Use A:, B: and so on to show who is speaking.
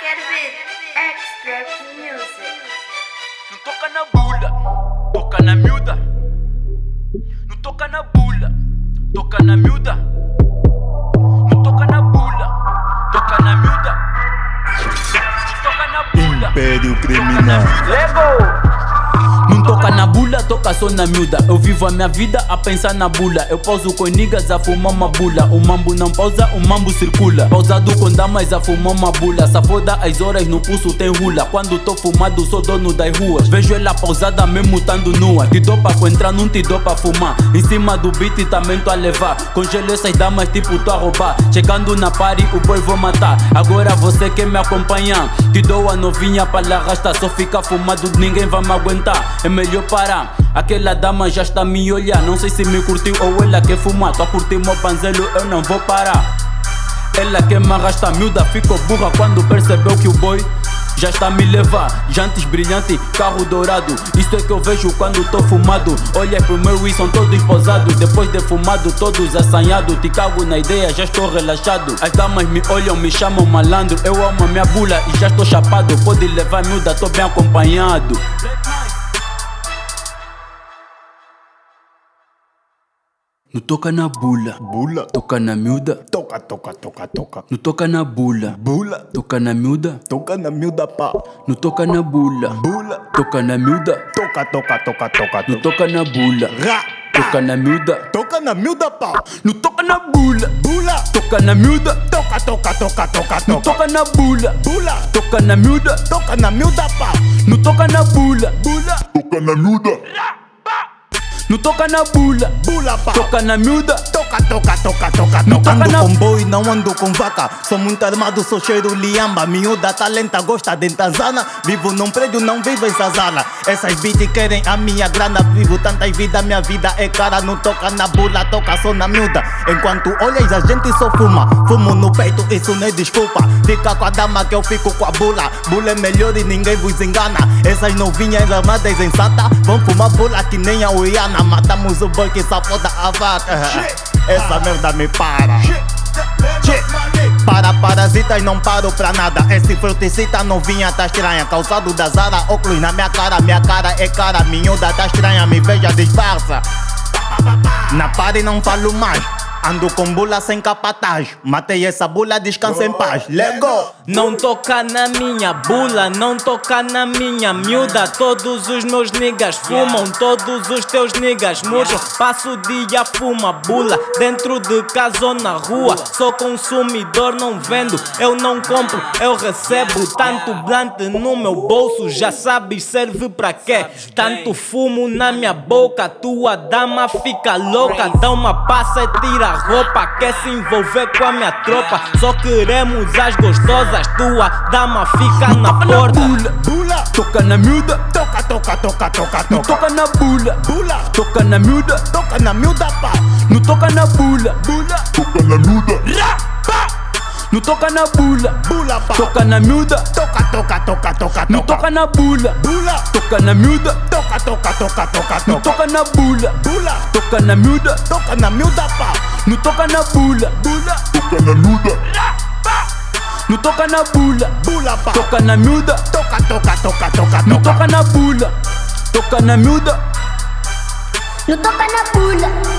A: quero ver Extract Music.
B: Não toca na bula, toca na miúda. Não toca na bula, toca na miúda. Não toca na bula, toca na miúda. Não toca na bula.
C: Império Criminal.
D: Não toca na bula, toca só na miúda. Eu vivo a minha vida a pensar na bula. Eu pauso com niggas a fumar uma bula. O mambo não pausa, o mambo circula. Pausado com damas a fumar uma bula. Safoda as horas no pulso tem rula. Quando tô fumado, sou dono das ruas. Vejo ela pausada mesmo tando nua. Te dou pra entrar, não te dou pra fumar. Em cima do beat também tô a levar. Congelo essas damas tipo tô a roubar. Chegando na party, o boi vou matar. Agora você quer me acompanhar. Te dou a novinha pra lhe arrastar. Só fica fumado, ninguém vai me aguentar. É melhor parar. Aquela dama já está a me olhar. Não sei se me curtiu ou ela quer fumar. Tô a curtir meu panzelho, eu não vou parar. Ela que me arrasta miúda, ficou burra quando percebeu que o boi já está a me levar. Jantes brilhante, carro dourado. Isso é que eu vejo quando tô fumado. Olha pro meu e são todos pousados. Depois de fumado, todos assanhados. Te cago na ideia, já estou relaxado. As damas me olham, me chamam malandro. Eu amo a minha bula e já estou chapado. Pode levar miúda, tô bem acompanhado. Não toca na bula,
C: Bula.
D: toca na miúda.
C: Toca, toca, toca, toca.
D: Não toca na bula,
C: Bula.
D: toca na miúda.
C: Toca na miúda pá.
D: Não toca na bula,
C: Bula.
D: toca na miúda,
C: Toca, toca, toca, toca,
D: não
C: toca.
D: toca na bula,
C: Ra.
D: toca na miúda,
C: Toca na miúda pá.
D: não toca na bula,
C: Bula.
D: toca na miúda,
C: Toca, toca, toca, toca,
D: não
C: toca.
D: toca na bula,
C: Bula.
D: toca na miúda,
C: Toca na miúda pá.
D: não toca na bula,
C: Bula.
E: Toca na miúda.
D: não toca na bula,
C: Bula pá.
D: toca na miúda,
C: Toca, toca, toca, toca,
D: Não
C: toca.
D: toca
C: Ando
D: na-
C: com um boi, não ando com vaca. Sou muito armado, sou cheiro liamba. Miúda, talenta, gosta de tanzana. Vivo num prédio, não vivo em sazala. Essas beats querem a minha grana. Vivo tantas vidas, minha vida é cara. Não toca na bula, toca só na miúda. Enquanto olhas, a gente só fuma. Fumo no peito, isso não é desculpa. Fica com a dama que eu fico com a bula. Bula é melhor e ninguém vos engana. Essas novinhas armadas em santa vão fumar bula que nem a Uiana. Matamos o boi que safoda a vaca. Essa merda me para. Che. Para parasitas não paro pra nada Esse fruticita novinha tá estranha Calçado da Zara, óculos na minha cara Minha cara é cara, miúda tá estranha Me veja disfarça Na pare não falo mais Ando com bula sem capataz Matei essa bula, descansa em paz Lego!
F: Não toca na minha bula, não toca na minha miúda. Todos os meus niggas fumam, todos os teus niggas murcham. Passo o dia, fuma bula, dentro de casa ou na rua. Sou consumidor, não vendo, eu não compro, eu recebo. Tanto blunt no meu bolso, já sabes, serve pra quê? Tanto fumo na minha boca, tua dama fica louca. Dá uma passa e tira a roupa, quer se envolver com a minha tropa. Só queremos as gostosas, tua dama fica na porta.
C: Bula!
D: toca na miúda,
C: Toca, toca, toca, toca,
D: não
C: toca
D: toca na bula,
C: Bula!
D: toca na miúda,
C: Toca na miúda pá!
D: não toca na bula,
C: Bula!
E: Toca na miúda.
D: não toca na bula,
C: Bula pá!
D: toca na miúda,
C: Toca, toca, toca, toca,
D: não toca
C: toca
D: na bula,
C: Bula!
D: toca na miúda,
C: Toca, toca, toca, toca,
D: não
C: toca
D: toca na bula,
C: Bula!
D: toca na miúda,
C: Toca na miúda pá!
D: não toca na bula,
C: Bula!
E: Toca na miúda.
D: não toca na bula,
C: Bula pá!
D: toca na miúda,
C: Toca, toca, toca, toca,
D: não
C: toca.
D: toca na bula, toca na miúda,
A: Não toca na bula.